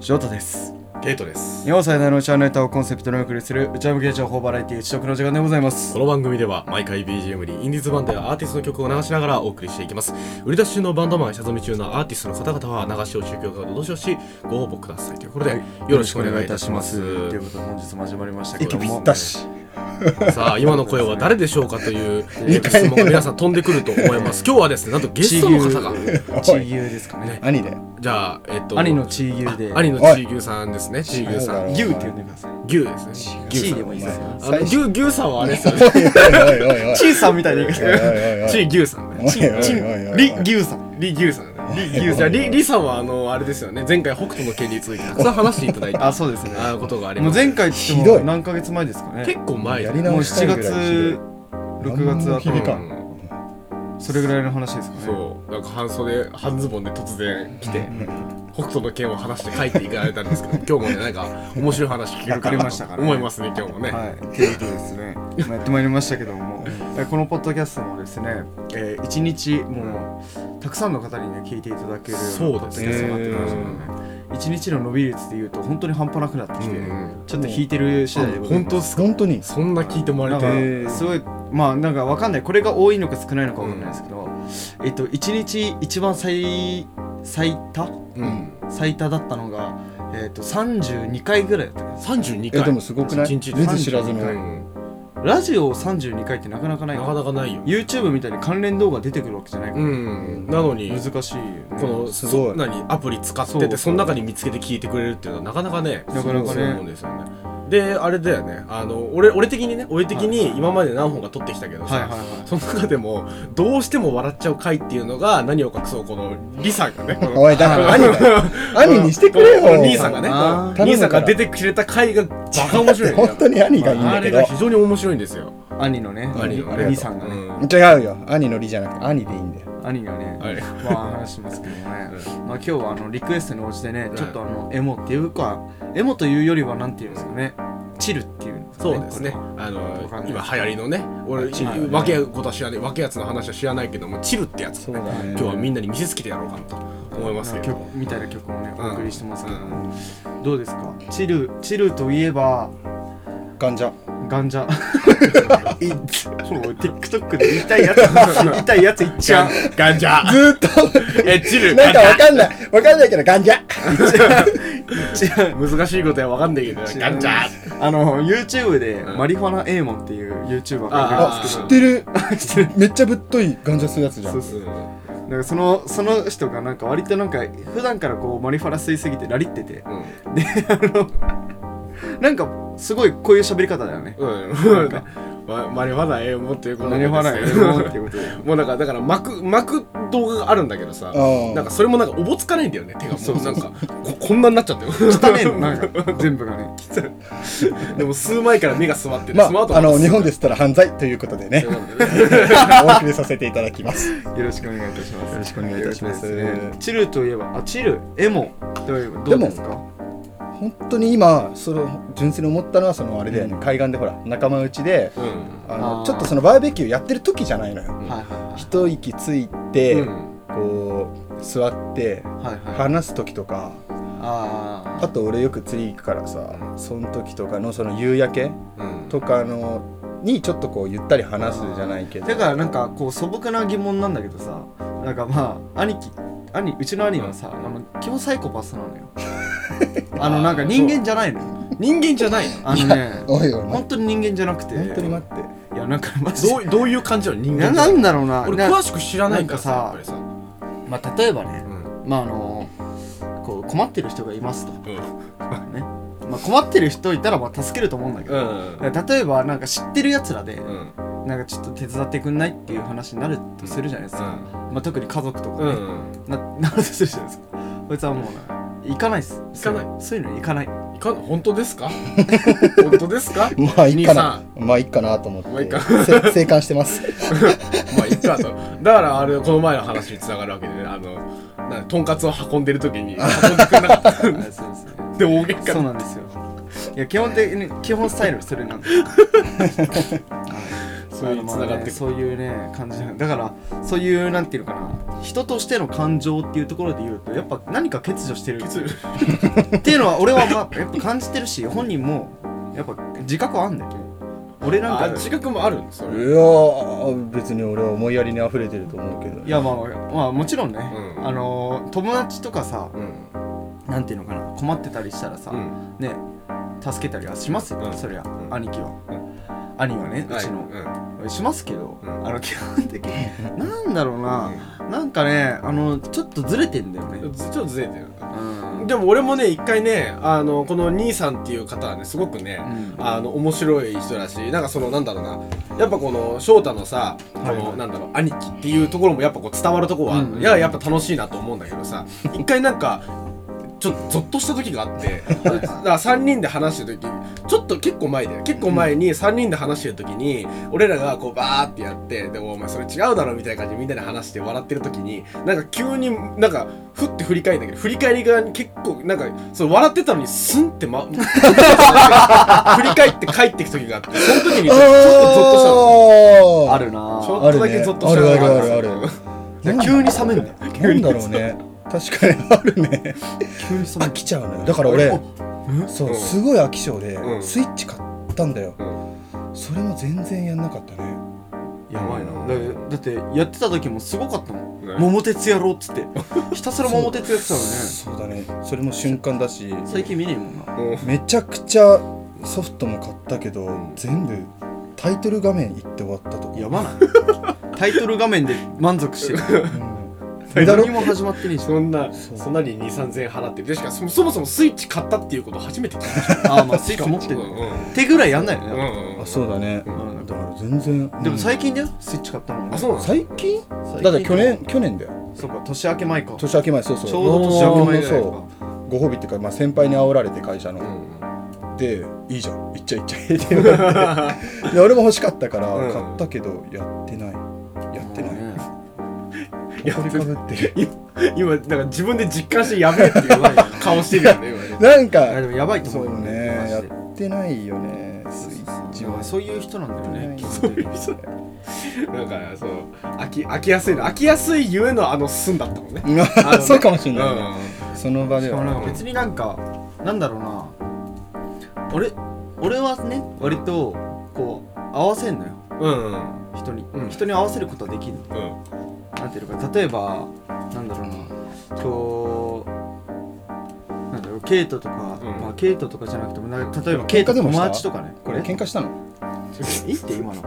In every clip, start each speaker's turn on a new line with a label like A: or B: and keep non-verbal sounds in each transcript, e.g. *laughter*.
A: 翔太です
B: ゲートです
A: 日本最大のチャンネルをコンセプトにお送りする内山系情報バラエティ一読の時間でございます
B: この番組では毎回 BGM にインディーズバンドやアーティストの曲を流しながらお送りしていきます売り出し中のバンドマンや下積み中のアーティストの方々は流しを中京からどしどしご応募くださいということで、よろしくお願いいたします
A: ということで本日も始まりましたけ
C: 息
A: ど
C: ぴ
A: も
C: ったし。
B: さあ今の声は誰でしょうかという
A: 二
B: 質問が皆さん飛んでくると思います今日はですねなんとゲストの方が
A: 地牛ですかね
B: ね
C: *laughs* 兄だよ。
B: じゃあえっと
A: 兄の地牛で
B: あ兄の
C: おい
B: ちーぎゅうさんですねちーぎゅうさ
C: お
B: ん
C: い
A: 牛って呼んでください
B: ぎゅうですね
A: 牛でもいいですよ
B: あのぎゅうぎゅうさんはあれですよね
C: おいおいおいおいおい。
A: チーさんみたいに言い方
C: おいおいおいおい
B: ちーぎゅうさんね
A: チンチ
C: おいおいおいお
A: ン
C: い
A: リ牛さん
B: リギュウさんね。リギュウさん。リリさんはあのあれですよね。前回北斗の件に
C: *laughs*
B: ついてたくさん話していただいた
A: あそうですね
B: あことがあり
A: も
B: ま
A: う
B: す。
A: 前回って言っ
C: ひ
A: て
C: ど
A: も
C: い
A: 何ヶ月前ですかね
B: 結構前
C: や
B: だ
C: り
B: ね。
A: もう
C: 直した
A: 7
C: いぐらい
A: 月6月
C: 何も響
A: 頭
C: か
A: か
C: ん
A: なそれぐらいの話ですかね
B: そうなんか半袖半ズボンで突然来て北斗の件を話して帰っていかれたんですけど、今日もねなんか面白い話聞けるか
A: わかり
B: な
A: ましたか
B: と
A: ら
B: 思いますね今日もね。
A: はい、ということでですね、まあやってまいりましたけども、えーこのポッドキャストもですね、えー一日もうたくさんの方にね聞いていただけるようなポッドキャストになってきましたからね。一日の伸び率でいうと本当に半端なくなってきて、
B: うん
A: ちょっと引いてる次第でござい
B: 本
A: ま
B: 当っすか。
C: 本当に。
B: そんな聞いてもらえ
A: す。な
B: て。
A: んかすごいまあなんかわかんないこれが多いのか少ないのかわかんないですけど、えっと一日一番最最多
B: うん。
A: 最多だったのがえっと三十二回ぐらいだったかな
B: 三十二
C: え
B: 回。
C: でもすごくない。
B: 一
C: 見
B: 日で
C: ず知らずの。
A: 32回
B: うん
A: ラジオ三十二回ってなかなかない
B: な
A: から
B: かなかないよ。
A: YouTube みたいに関連動画出てくるわけじゃないか
B: う
A: ら、
B: ん。なのに。
A: 難しいよね
B: この
C: す
B: す
C: ご
B: ご
C: い
B: 何アプリ使って
A: そう
B: て
A: そう
B: その中に見つけて聞いてくれるっていうのはなかなかね
A: なかなかね
B: そう思うんですよねであれだよねあの俺俺的にね俺的
A: はいはい
B: に今まで何本か撮ってきたけどさ、
A: はいはいはい
B: その中でもどうしても笑っちゃう回っていうのが何を隠そうこのリさんが
A: *laughs*
B: ねこの
C: おいだから兄だよ。 *laughs* 兄にしてくれ
B: この
C: よ。
B: 兄さんがね
A: あー
B: この兄さんが
C: 頼
B: 出
C: む
B: てくれた回がバカ面
A: *laughs*
B: 白いんだよ
C: 本当に兄がいいん
B: あ
C: だ
B: れ
C: け
B: が
C: ど。
B: 非常に面白いんですよ
A: 兄のね
B: 兄のね
A: 兄さんがね、
B: うん
C: 違うよ。兄のりじゃなくて兄でいいんだよ。
A: 兄がね、
B: はい
A: まあ話しますけどね、まあ今日はあのリクエストに応じてねちょっとあのエモっていうかエモというよりはなんていうんですかねチルっていうんですか
B: そうですね
A: これは。わ
B: あの
A: かんない
B: 今流行りのね、俺
A: チルね
B: わけやことは知らない、わけやつの話は知らないけども、チルってやつをね、
C: ね
B: 今日はみんなに見せつけてやろうかなと思いますけど。
A: 曲みたいな曲をね
B: うん
A: お送りしてますけども、どうですかチルチルといえば
C: ガンジャ。
A: ガンジ
B: *laughs*
A: ャい *laughs* そう TikTok で言いたいやつ言いたいやつ言っちゃう
B: ガンジャ。
C: ずーっと。
B: えチル。
C: なん
B: ガ
C: か
B: ン
C: わ
B: ジャ
C: かんない。わかんないけどガンジャ。
B: 難しいことはわかんないけど、ガンジャ。
A: あの YouTube で
B: うん
A: マリファナエーモンっていう YouTuber がいるん
B: あ
A: です
C: 知
A: けど
C: ってる。
A: 知ってる
C: めっちゃぶっといガンジャするやつじゃ。
A: そうんそうなんかそのその人がなんか割となんか普段からこうマリファナ吸いすぎてラリっててであのなんかすごいこういう喋り方だよね
B: うん。うん。まマリファナええもっていうこと
A: マ
B: で
A: リ
B: です
A: ファナエーモンっていうことで
B: もうなんかだから巻く巻く動画があるんだけどさ
C: ああ
B: なんかそれもなんかおぼつかないんだよね手がもうなんかここんなになっちゃってる
A: 汚ねえの *laughs* なんか全部がね
B: でも数枚から目が詰まってて、
C: ま
B: スマート
C: あ、
B: フォ
C: あ
B: ンが
C: の日本ですったら犯罪ということで
B: *laughs*
C: ね
B: ということでね
C: お送りさせていただきます
A: よろしくお願いいたします
C: よろしくお願いいたします
A: ねチルといえばあチルエモといえばどうですか
C: 本当に今その純粋に思ったのはそのあれだよね、
A: うん
C: 海岸でほら仲間内で
B: うん
C: あ
A: あ
C: の
A: ー
C: ちょっとそのバーベキューやってる時じゃないのよ
B: も
A: はいは
C: 一息ついて、
B: うん
C: こう座って
A: いはいはいはい
C: 話す時とか
A: あ
C: あと俺よく釣り行くからさその時とかのその夕焼け
B: うん
C: とかのにちょっとこうゆったり話すじゃないけど
A: だからなんかこう素朴な疑問なんだけどさなんかまあ兄貴兄うちの兄はさ、あの基本サイコパスなのよあのなんか人間じゃないのよ
B: 人間じゃないの
A: あのね
C: おいおい待っ
A: *laughs* 本当に人間じゃなくて
C: て本当に待って
A: いやなんかマジで
B: どうどういう感じなの人
A: な
B: 間
A: なんだろうな
B: 俺
A: な
B: 詳しく知らないからさ
A: なん
B: やっ
A: か
B: ぱり
A: さ
B: さ
A: まあ、例えばね
B: うん
A: まああのこう困ってる人がいますと、ね
B: うん
A: まあ、困ってる人いたらまあ助けると思うんだけど、
B: うん
A: だから例えばなんか知ってるやつらで、
B: うん
A: なんかちょっと手伝ってくんないっていう話になるとするじゃないですか、まあ、特に家族とかね、
B: うんうん
A: な *laughs* なるとするじゃないですかこいつはもうな行かないっす
B: 行かない
A: そうそういうの行かない
B: いか本当ですか *laughs* 本当ですか
C: まあいいかな
B: 兄
C: まあいいかなと思って
B: まあいいか
C: せ静観してます
B: さんまあいいかとだからあれこの前の話につながるわけでねあのなんとんかつを運んでる時に運んでくれなかった
A: あそうですね
B: で大喧
A: そう
B: 嘩
A: なんですよいや基本的に基本スタイルそれなんで
B: そそういう繋がってく
A: あ
B: る
A: のまあねそういうね感じなんだからそういうなんていうのかな人としての感情っていうところで言うとやっぱ何か欠如してるっていうのは俺は、まあ、やっぱ感じてるし本人もやっぱ自覚はあんだよね俺なん
B: あ
A: か
B: 自覚もあるんですよ
C: いやー別に俺は思いやりに溢れてると思うけど
A: いやまあまあもちろんね、
B: うん
A: あのー友達とかさ
B: うん
A: なんていうのかな困ってたりしたらさ、
B: うん
A: ね助けたりはしますよ、
B: うん
A: そりゃ、
B: ん
A: 兄貴は、兄はねうちの、
B: は
A: しますけど、
B: うん
A: あの基本的になんだろう
B: い
A: な、なんかねあのちょっとずれてんだよね、
B: うんずちょっとずれてる
A: うん
B: でも俺もね一回ねあのこの兄さんっていう方はねすごくね、
A: うん
B: あの面白い人だしなんかそのなんだろうなやっぱこの翔太のさこの、
A: はいはい
B: なんだろう兄貴っていうところもやっぱこう伝わるところはあるの、
A: うんうん
B: いややっぱ楽しいなと思うんだけどさ一回なんかちょっとゾッとした時があ
A: *laughs*
B: ってだから3人で話してる時ちょっと結構前だよ結構前に3人で話してる時に俺らがこうバーってやってでもお前それ違うだろみたいな感じでみんなで話して笑ってる時になんか急になんかふって振り返るんだけど振り返り側に結構なんかそう笑ってたのにスンって、ま、 *laughs* 振り返って帰ってく時があってその時にちょっとゾッとしたの。
A: あ
C: あ
A: るな
B: ちょ
A: ぁ
B: っとだけゾッとしたのが
C: あるねあるあるあるある
A: で急に冷めんだよ
C: なんだろうね確かにあるね
A: 急に冷め
C: 飽
A: る
C: きちゃうのよだか
A: *laughs*
C: ら俺そううんすごい飽き性で
B: うん
C: スイッチ買ったんだよ
B: うん
C: それも全然やんなかったね
A: やばいなだだってやってた時もすごかったもん
B: ね
A: 桃鉄やろうっつってひたすら桃鉄やってたのね
C: そうだねそれも瞬間だし
A: 最近見ねえもんな
B: もう
C: めちゃくちゃソフトも買ったけど
B: うん
C: 全部タイトル画面行って終わったとか
A: やばないタイトル画面で満足してる
C: うんメダル
A: 何も始まってねえし
B: そんな
C: そう
B: そんなに2 3千円払ってでしかもそもそもスイッチ買ったっていうこと初めて聞い
A: ああまあスイッチ持って
B: た
A: る
B: うんうん
A: 手ぐらいやんないよね
B: うん
C: あそうだね
A: うん
C: だから全然
A: でも最
C: 近
A: 近だよスイッチ買ったの
B: あそうなの
C: 最近
A: 最近
C: だって去年去年だよ
A: そうか年明け前かちょ
C: 年明け前そうそう
A: うど年明け前ぐらい
C: そう
A: か
C: ご褒美っていうか、まあ、先輩に煽られて会社の、
B: うん
C: でいいじゃん行っちゃいっちゃえって言われて *laughs* で俺も欲しかったから
B: うん
C: 買ったけど、やってないやってな
A: も
C: い、
A: うね
B: や
C: 取りかぶってる
B: 今なんか自分で実感してやべえっていう顔してるよ *laughs* ね今ね
C: なん
A: いや
C: か
A: でもやばいと
C: そ
A: 思うよ
C: うね
A: マ
C: や
A: ジで
C: ってないよねスイッチは
A: そういう人なんだよねきっ
C: そ
A: と
C: ういう
B: なんかそう飽き飽きやすいの飽きやすいゆえのあの寸だったもんね
C: あそうかもし
B: う
C: れ
B: ん
C: ない、ねその場で
A: しかもなん
C: は
A: か別になんかなんだろうな俺俺はね割とこう合わせんのよ
B: うん
A: 人に、
B: うん
A: 人に合わせることはできる
B: うん
A: なんていうのか例えばなんだろうなこうなんだろうケイトとか、
B: うん
A: まあケイトとかじゃなくてもなんか例えばケイト
C: 喧嘩でも
A: 友
C: した
A: 達とかね
C: これ喧嘩したの
A: いいって今の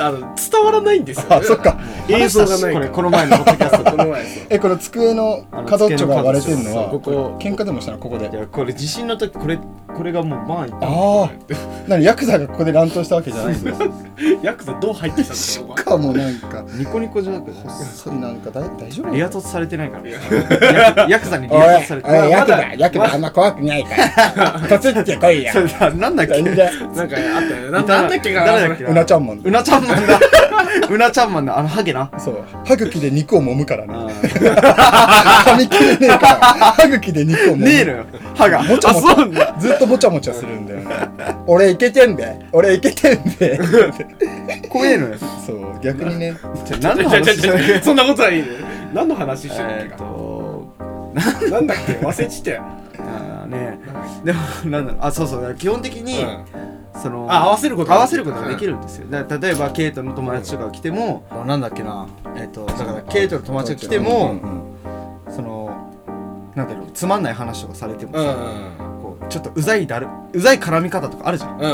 B: あの伝わらないんですよね
C: あそっか
B: 映像が
A: 話した
B: な
A: し
B: い
A: これこの前のポッドキャスト
B: この前 *laughs* そう
C: えこの机の
A: あの
C: 角っちょが割れてるのは
B: そうここ
C: 喧嘩でもしたのここで
A: いやこれ地震の時これこれがもうバーンいったの
C: ああ何ヤクザがここで乱闘したわけじゃないんだよ
B: ヤクザどう入ってきたんだ
C: し
B: ろう
C: かもなんか
A: *laughs* ニコニコじゃなくて
C: 細いなんかだい大丈夫
A: リア突されてないからヤクヤクザにリア突されて
B: おい
A: ない
B: ヤクザ
C: ヤクザあんま怖くないから。
A: *laughs*
C: とつってこい
A: それななんだっけ
B: なんかあったよねな
A: な
B: なんだっけかな
A: 誰だっけ
C: うなち
A: ゃ
C: ゃんもん
A: う。なちゃんマンだ *laughs* うなちゃんマンだあのハゲな
C: そう。歯茎で肉を揉むからな。
A: ね
C: 噛み切れねえから。歯茎で肉を揉む。
A: えのよ歯が
C: もちゃもち
A: あそうなんだ
C: ゃ。ずっともちゃもちゃするんだよね。俺いけてんべ。俺いけてんべ。
A: 怖えのよ
C: そう。逆にね。
A: じゃあ何の
B: ちょちょ
A: 話
B: ち
A: じゃ
B: ょ
A: な
B: ちょ
A: い
B: そんなことはいいね何の話して
A: え
B: る
A: ー
B: っ
A: っ
B: けか
A: と
B: なんだっけ忘れちって
A: あーねでもなんだろうあそうそうだから基本的に、その
B: あ合わせること
A: 合わせることができるんですよ、だから例えばケイトの友達とかが来ても、なんだっけなえっ、とだからケイトの友達が来ても、
C: うんうん
A: そのなんだろうつまんない話とかされても
B: うんう
A: さ、
B: ん
A: こうちょっとうざいだるうざい絡み方とかあるじゃん
B: う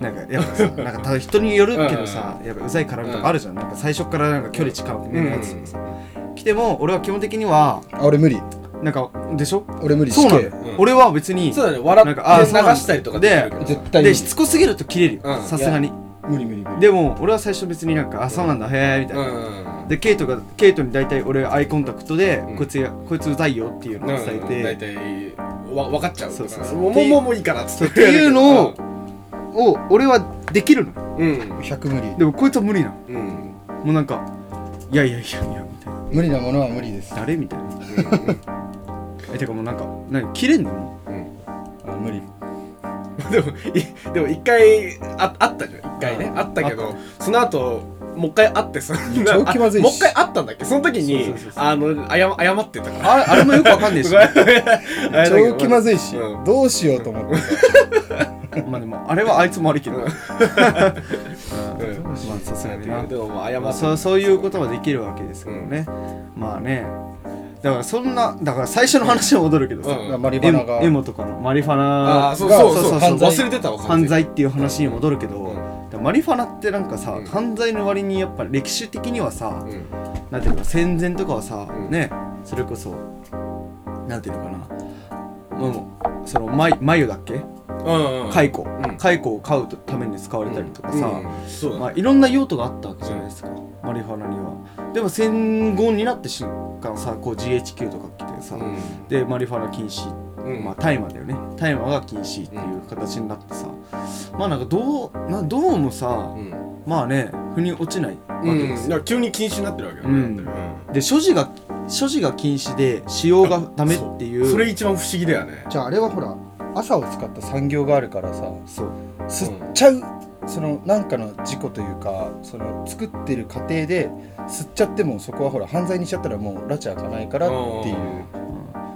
B: ん
A: なんかやっぱさなんかただ人によるけどさ、やっぱうざい絡みとかあるじゃん、なんか最初からなんか距離近くね
B: うん
A: やつとかさ、来ても俺は基本的には
C: あ、俺無理。
A: なんかでしょ
C: 俺無理。
A: そうなの
C: 死
A: よ
C: 刑、
B: うん
A: 俺は別に
B: そうだね笑
A: なん
B: って
A: かあー
B: 流
A: そうなんだ
B: したりとかできるけど
C: 絶対無
A: で
C: 理
A: し。つこすぎると切れる
B: う
A: よ
B: ん
A: さすがに
C: 無理無理無理。
A: でも俺は最初別になんか「あそうなんだへえ」みたいな、
B: うん
A: でケイトがケイトに大体俺アイコンタクトで、
B: うん
A: こいつやこいつうざいよっていうのを伝えて、
B: 大体わ分かっちゃう
A: そうそうそう
B: もうもうもうもういいからっつって
A: っていうのをを俺はできるの
B: うん
C: 100無理。
A: でもこいつは無理なの
B: うんうん
A: もうなんか「いやいやいやいや」みたいな
C: 無理なものは無理
A: 「
C: です。
A: 誰?」みたいなえてかもうなんか何切れんのも
B: うん
C: あ無理。
B: だでもいでも一回ああったじゃん一回ね
A: う
B: あったけどその後もう一回会ってさ
C: 超気まずいし
B: あもう一回会ったんだっけその時に
A: そうそうそうそう
B: あの謝謝ってた
A: *laughs*
B: から
A: あれあれもよくわかんないし、ね、
C: 超気まずいし、
B: うん
C: どうしようと思っ
A: *laughs*
C: て
A: まあでもあれはあいつも悪いけど、うんま
B: うん
A: あさすがにな
B: でもまあ謝
A: まあ、
B: って
A: そうそういうことはできるわけですけどね、まあねだからそんなだから最初の話は戻るけどさ、
B: うん
C: マリフ
A: エ
C: ァナ
A: モ
C: が
A: エモとかのマリファ
B: ああ
A: ナ
B: そうそうそう
A: そう
B: 犯罪
A: そう
B: 忘れてたわ
A: 犯
B: 完
A: 罪っていう話に戻るけど、
B: うん
A: だからマリファナってなんかさ、
B: うん
A: 犯罪の割にやっぱ歴史的にはさ、
B: 全にうん
A: なんていうの戦前とかはさ、
B: うん
A: ねそれこそなんていうのかなもうその眉眉だっけ
B: うんうん
A: 蚕
B: うん
A: 蚕を飼うために使われたりとかさ、
B: うんそうだね
A: まあ、いろんな用途があったわけじゃないですか、マリファナにはでも戦後になって瞬間さこう GHQ とか来てさ、
B: う
A: でマリファナ禁止、
B: んうん
A: まあ大麻だよね大麻が禁止っていう形になってさ、まあなんかどうなどうもさ
B: うん
A: まあね腑に落ちないわ
B: う
A: け
B: ん、
A: で
B: だ
A: す
B: か
A: よ、
B: ら急に禁止になってるわけだ
A: う
B: ね、
A: んで所持が所持が禁止で使用がダメっていう
B: それ一番不思議だよね
C: じゃああれはほら朝を使った産業があるからさ
A: そう
C: 吸っちゃう、そのなんかの事故というかその作ってる過程で吸っちゃってもそこはほら犯罪にしちゃったらもう拉致開かないからっていう
B: う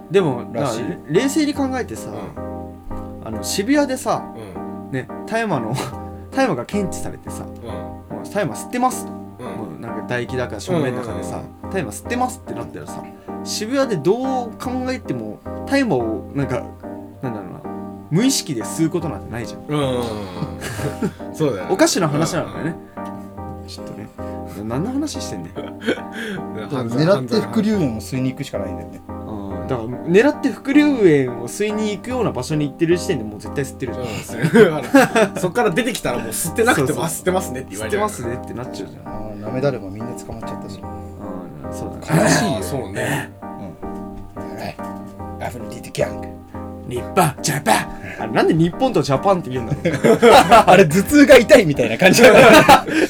B: ん
A: でも
C: らしい
A: だから冷静に考えてさ、
B: う
A: あの渋谷でさ
B: んうん
A: ね大麻の *laughs* 大麻が検知されてさ「
B: うん
A: もう大麻吸ってます」と。
B: うん
A: もうなんか唾液だか正面だかで
B: うん
A: さ
B: うん
A: 大麻吸ってますってなったらさ渋谷でどう考えても大麻をなんかなんだろうな無意識で吸うことなんてないじゃん
B: うんそうだよね
A: おかしな話なんだよねちょっとね何の話してんねんうん
B: うん
C: だから狙って副流煙を吸いに行くしかないんだよね
A: だから狙って副流煙を吸いに行くような場所に行ってる時点でもう絶対吸ってるじゃん
B: うんそっから出てきたらもう吸ってなくて
A: そうそ
B: も
A: う
B: あ吸ってますねって言わ
A: 吸っ
B: れち
A: て
B: ゃう
A: ますねってなっちゃうじゃん
C: あーなめだれもみんな捕まっちゃったし、
A: うんそうだね
B: 悲しいよそうね
C: はいラフルディティギャング
A: 日本ジャパンあれなんで日本とジャパンって言 *laughs* うんだろう
C: あれ頭痛が痛いみたいな感じだから言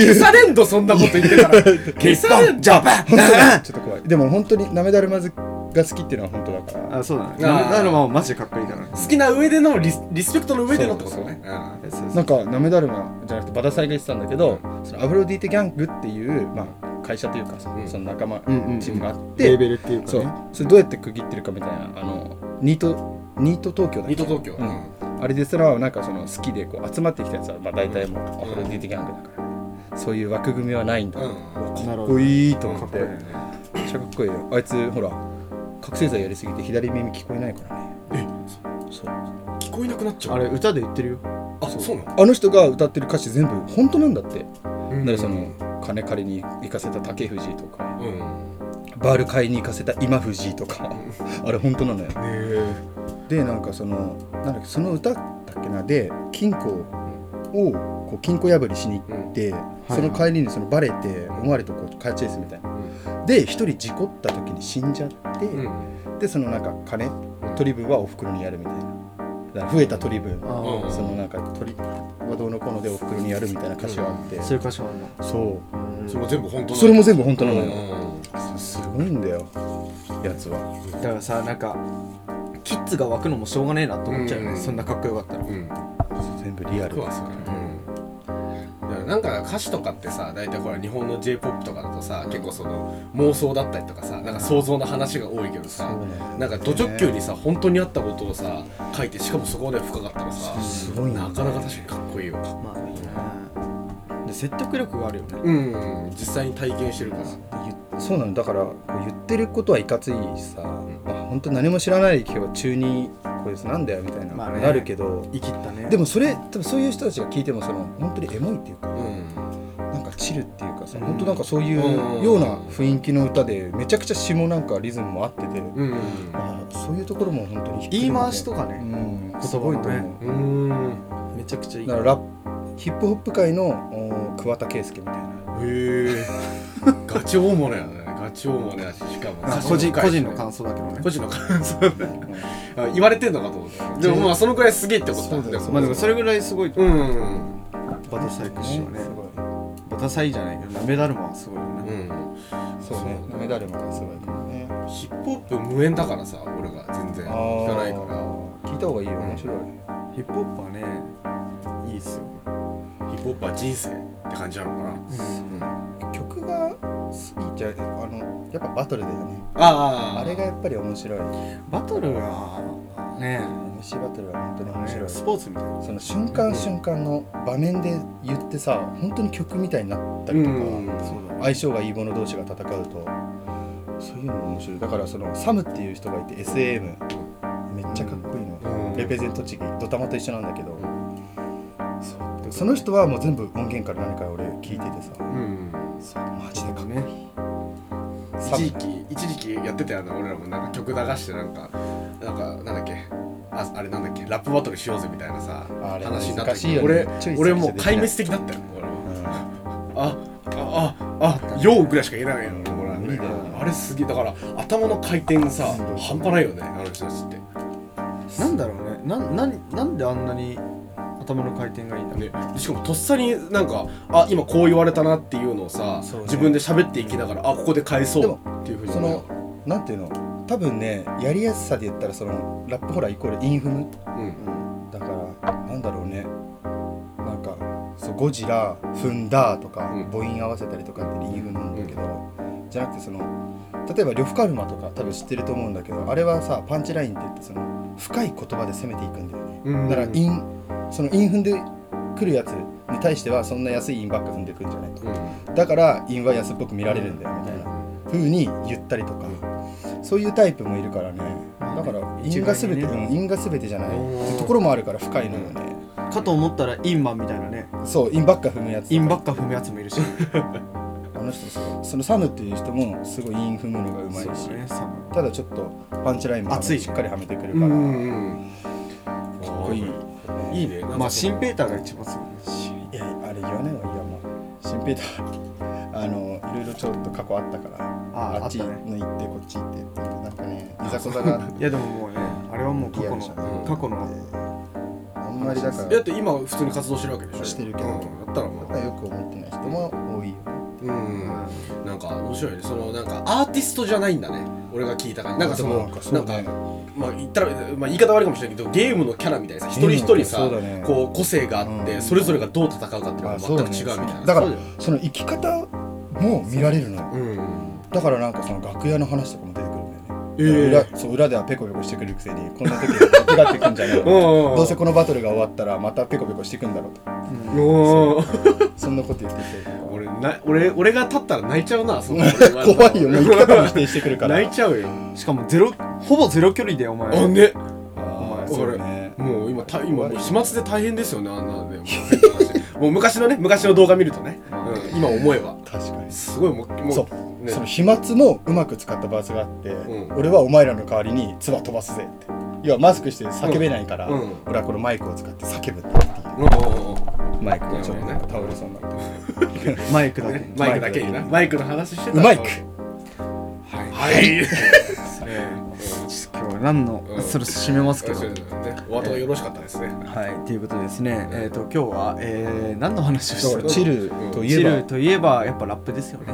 B: 消
C: う
B: されんとそんなこと言ってたら消
A: 日
B: されん
A: 本ジャパン
C: 本当だちょっと怖いでも本当になめだれまずが好きっていうのは本当だから
A: あそうだね
B: あー
A: ななるままマジでかっこいいからね
B: 好きな上でのリスリスペクトの上でのってことねうん
A: そうそう
C: なんかなめだるまじゃなくてバダサイが言ってたんだけど、そのアフロディーテギャングっていう、まあ、会社というかさ、
B: うん
C: その仲間
A: うんうんうん
C: チームがあって、
A: レーベルっていうか
C: そ
A: ね
C: うそれどうやって区切ってるかみたいなあのニートニート東京だっ
B: 水戸
C: け
B: 東京
C: うんあれでそれはなんかその好きでこう集まってきたやつは、まあ、大体もうアフロディーテギャングだから、そういう枠組みはないんだ、
B: う
C: か
B: ん
A: なる
C: っ
A: ほ
C: こ
A: ど
C: いいと
A: か
C: 思
A: っ
C: っ
A: こ
C: て、
A: いいよ
C: め
A: ね
C: っちゃかっこいいよあいつほら覚醒剤やりすぎて左耳聞こえないからねえそう
B: 聞こえなくなっちゃ
A: あ
B: う
A: れ歌で言ってるよ
B: あそうなの
C: あの人が歌ってる歌詞全部本当なんだって、
B: うん
C: だからその金借りに行かせた竹藤とか
B: うん
C: バール買いに行かせた今藤
B: *laughs*
C: とかあれ本当なのよ
B: ねえ
C: でなんかそのなんだっけその歌だっけなで金庫をこう金庫破りしに行って、その帰りにそのバレて思われとこうカーチェイスみたいな、で一人事故った時に死んじゃって、
B: うん
C: でそのなんか金取り分はお袋にやるみたいなだから増えた取り分
A: あー
C: そのなんか鳥はどうのこうのでおふくろにやるみたいな歌詞があって、
A: そういう歌詞もあるの
C: そ
B: それも全部本当
C: う
B: なの
C: それも全部本当な
B: う
C: のよ、
B: んうんうん
C: すごいんだよやつは
A: だからさなんかキッズが湧くのもしょうがねえなと思っちゃうよね、
B: うん
A: そんなかっこよかったら
B: うん
C: 全部リアル
B: 僕はそうだからなんか歌詞とかってさ大体ほら日本の j p o p とかだとさ、結構その妄想だったりとかさなんか想像の話が多いけどさ、なんかド直球にさ本当にあったことをさ書いてしかもそこまで深かったらさ
C: すごい
B: な
C: な
B: かなか確かにかっこいいよ
A: まあいいなで説得力があるよね
B: うん、実際に体験してるから
C: ゆそうなのだからこう言ってることはいかついしさ、まあ、本当何も知らない今日中にこいつなんだよみたいな、
A: まあね
C: なるけど
A: 生きったね
C: でもそれ多分そういう人たちが聞いてもその本当にエモいっていうか
B: うん
C: なんかチルっていうかさ、
A: うん
C: 本当なんかそういう
B: うん
C: ような雰囲気の歌でめちゃくちゃ詞もなんかリズムも合ってて、
B: うん
C: あーそういうところも本当にひっくる
A: 言
C: め
A: い
C: て
A: 回しとかね、
C: うん
A: 葉のね
C: すごいと思
B: うん
A: めちゃくちゃいうい
C: だからラップヒップホップ界のおー桑田佳祐みたいな
B: へえガチ大物やねガチ大物やししかも
A: まあ個人個人の
B: 感
A: 感想だけどね
B: 個人の感想 *laughs* あ言われてんのかと思ったでもまあそのくらいすげえってこと
C: そうだ
B: で
C: よ
B: も
A: まあでもそれぐらいすごい、
B: うん
A: バタサイ屈指はね
C: すごい
A: バタサイじゃないけどなメダルマはすごいよね、
B: うん
C: そうね
B: そう
C: メダルもすごいからね
B: ヒップホップ無縁だからさ俺が全然
C: あ
B: 聞かないか
C: ー聞いた方がいいよ面白い
A: ヒヒップホップはねいいっすよ、
B: ヒップホップは人生って感じなのかな、
C: 曲が好きじゃあのやっぱバトルだよね
B: あ
C: あれがやっぱり面白い
A: バトルはね
C: MC バトルは本当に面白い
A: スポーツみたいな
C: その瞬間瞬間の場面で言ってさ本当に曲みたいになったりとか、
A: そうだね
C: 相性がいい者同士が戦うとそういうのも面白いだからそのサムっていう人がいて SM めっちゃかっこいいの、レペゼント地域ドタマと一緒なんだけど、そうその人はもう全部音源から何か俺聞いててさ、
B: うん
C: そうマジでかっこいい
A: ね
C: サ
B: 一
C: ム
B: 時期一時期やってたよな俺らもなんか曲流してなんかなんかなんだっけああれなんだっけラップバトルしようぜみたいなさ
C: あれ
B: 話になった
C: 難し
B: 時
C: いよね
B: 俺
C: 注意する
B: 俺
C: 人
B: もう
C: 出てきた
B: 壊滅的だったよ俺も
C: うん
B: ああああようぐらいしか言えないよ俺はね
C: 無理だよね
B: あれすげえだから頭の回転がさ
C: うん
B: 半端ないよねあの人たちって
A: なんだろうねなんなんなんであんなに頭の回転がいいんだろう
B: ね、しかもとっさになんかあ今こう言われたなっていうのをさ、
C: そうね
B: 自分で喋っていきながらあここで返そうっていうふうに
C: そのなんていうの多分ねやりやすさで言ったらそのラップほらイコールインフム
B: うん
C: だからなんだろうねなんかそうゴジラ踏んだとか、
B: うん
C: 母音合わせたりとかってインフムなんだけど、じゃなくてその例えば呂布カルマとか多分知ってると思うんだけどあれはさパンチラインって言ってその深い言葉で攻めていくんだよね、
B: うん
C: だからインそのインフンで来るやつに対してはそんな安いインばっか踏んでくるんじゃないと
B: うん
C: だからインは安っぽく見られるんだよみたいな風に言ったりとか、そういうタイプもいるからねだから因が全て、
A: 一概にね
C: うん因が全てじゃない
B: おー
C: ところもあるから深いのよね、
A: かと思ったらインマンみたいなね
C: そう因ばっか踏むやつとか
A: インばっか踏むやつもいるし
C: あの人そうそのサムっていう人もすごい因踏むのがうまいし、
A: そうねサム
C: ただちょっとパンチラインも
A: 熱い
C: しっかりはめてくる
B: う
C: から、
B: んうんかっ
C: こいい
B: いいねなんか
A: まあシンペーターが一番そう
C: いやあれ言わない方がいいやもうシンペーターあのいろいろちょっと過去あったから
A: あ
C: あ
A: ー
C: っち
A: あった
C: の行ってこっち行ってっていうなんかねいざこざがあって
A: いやでももうねあれはもう過去
C: リアルじゃ
A: の
B: ん
A: 過去の
C: あんまりだから
B: だって今普通に活動してるわけでしょ
C: してるけど
B: うんだったらまあ
C: よく思ってない人も多いよ
B: うんなんか面白いねそのなんかアーティストじゃないんだね俺が聞いた感じなんかその
C: なんかそう
B: な
C: ね
B: んかまあ言ったら、まあ、言い方悪いかもしれないけどゲームのキャラみたいなさ一人一人さ、
C: ゲームのそうだね
B: こう個性があって、
C: うん
B: それぞれがどう戦うかっていうのが
C: あそう
B: 全
C: だ
B: く
C: ね
B: 違うみたいな
C: だから
B: そう
C: その生き方も見られるのよ
B: だようん
C: だからなんかその楽屋の話とかも出てくるんだよ
B: え
C: ね裏そう裏ではペコペコしてくるくせにこんな時は間違ってくんじゃねえ
B: うんうんうん
C: どうせこのバトルが終わったらまたペコペコしてくんだろうと
B: おー
C: そんなこと言ってきて
B: 俺な俺俺が立ったら泣いちゃうなそんなこと言われたら
C: *laughs* 怖いよもう生き方も否定してくるから
B: 泣いちゃうよ
A: しかもゼロほぼゼロ距離でお前
B: あね
C: あー
B: お前
C: そうね
B: もう今た今もう飛沫で大変ですよねあんなねもう変な話もう昔のね昔の動画見るとね、うん、今思えば
C: 確かに
B: すごいもうも
C: そう、
B: ね
C: その飛沫もうまく使ったバースがあって、
B: うん
C: 俺はお前らの代わりに唾飛ばすぜって要はマスクして叫べないから、
B: うんうん
C: 俺はこのマイクを使って叫ぶんだっていう
B: おーおーおー
C: マイクがちょっとなんか倒れそうになって
A: マイクだけ
B: ねマイクだけになマイクの話してた
C: うまいく
A: はい
B: はい *laughs*
A: えーちょっと今日は何の
B: うん
A: そろそろ締めますけど
B: ねお後がよろしかったですね
A: はいということでですねえっと今日はえー何の話をして
C: だ
A: る
C: からチルとい
A: チ
C: えば、
A: ルといえばやっぱラップですよね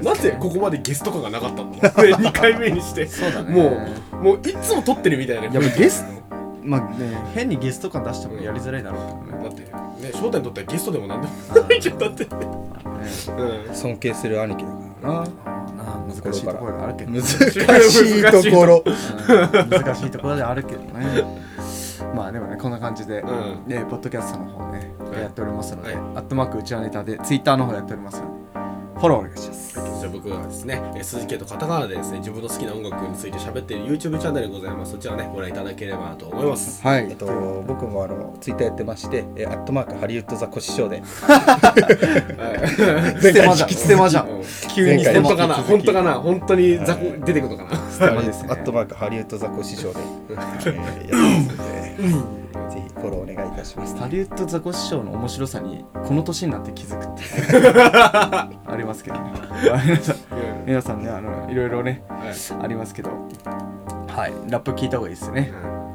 B: ななぜここまでゲスト感がなかったの *laughs* 二回目にして
A: そうだね
B: もうもういつも撮ってるみたいな
A: やっぱゲスまあね変にゲスト感出してもやりづらいだろうけど
B: *laughs*
A: ね
B: だってね翔太にとってはゲストでもなんでも
A: は
B: ないじゃん *laughs* だってうん
C: 尊敬する兄貴だからな
A: あー難しいところがあるけど
C: *laughs* 難しいところ
A: うん難しいところではあるけどねまあでもねこんな感じで、
B: うん
A: ねポッドキャストの方ね、
B: はい
A: やっておりますので、
B: はい
A: アットマークうちはネタでツイッターの方やっておりますのでフォローお願いします、
B: じゃあ僕はですね、えー鈴木家とカタカナでですね、自分の好きな音楽について喋っている YouTube チャンネルございます。そちらね、ご覧いただければなと思います。
A: はい
C: えっと、僕もあのツイッターやってまして、えアットマークハリウッドザコシショウで
B: はい
A: 捨て間じゃん捨て間じゃん急に捨て
B: 本
A: 間
B: 当かな本当かな本当にざ
C: はい
B: 出てくるのかな
C: ア
A: 間ですね
C: ットマークハリウッドザコシショウで、えーやってますので、ぜひフォローお願いいたします。
A: ハリウッドザコシショウの面白さにこの年になって気づくっていう *laughs* ありますけどね皆さん皆さんねあのいろいろね
B: はい
A: ありますけどはいラップ聞いた方がいいですね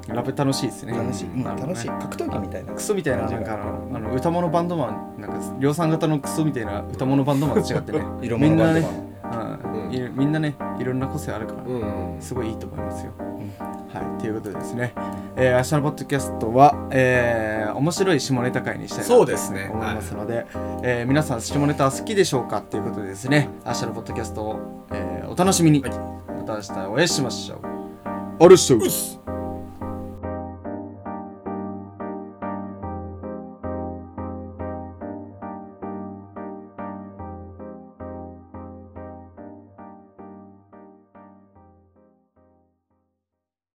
A: ラップ楽しいですね
C: 楽しい、うん
A: あのね
C: 楽しい格闘技みたいな
A: クソみたいななんかあのあの歌物バンドマンなんか量産型のクソみたいな歌物バンドマンと違ってね
C: 色
A: み
C: 物
A: ん
C: バ
A: な
C: ンド
A: ね
C: マン、
A: うん
B: うん
A: いるみんなねいろんな個性あるから、
B: うん
A: すごいいいと思いますよ、
C: ん
A: ははい、ということでですね、えー、明日のポッドキャストは、えー、面白い下ネタ会にしたいな
B: そうですね
A: 思いますので、えー皆さん下ネタ好きでしょうかということでですね、明日のポッドキャストを、えーお楽しみに、また明日お会いしましょう。あるっしょ
B: うっす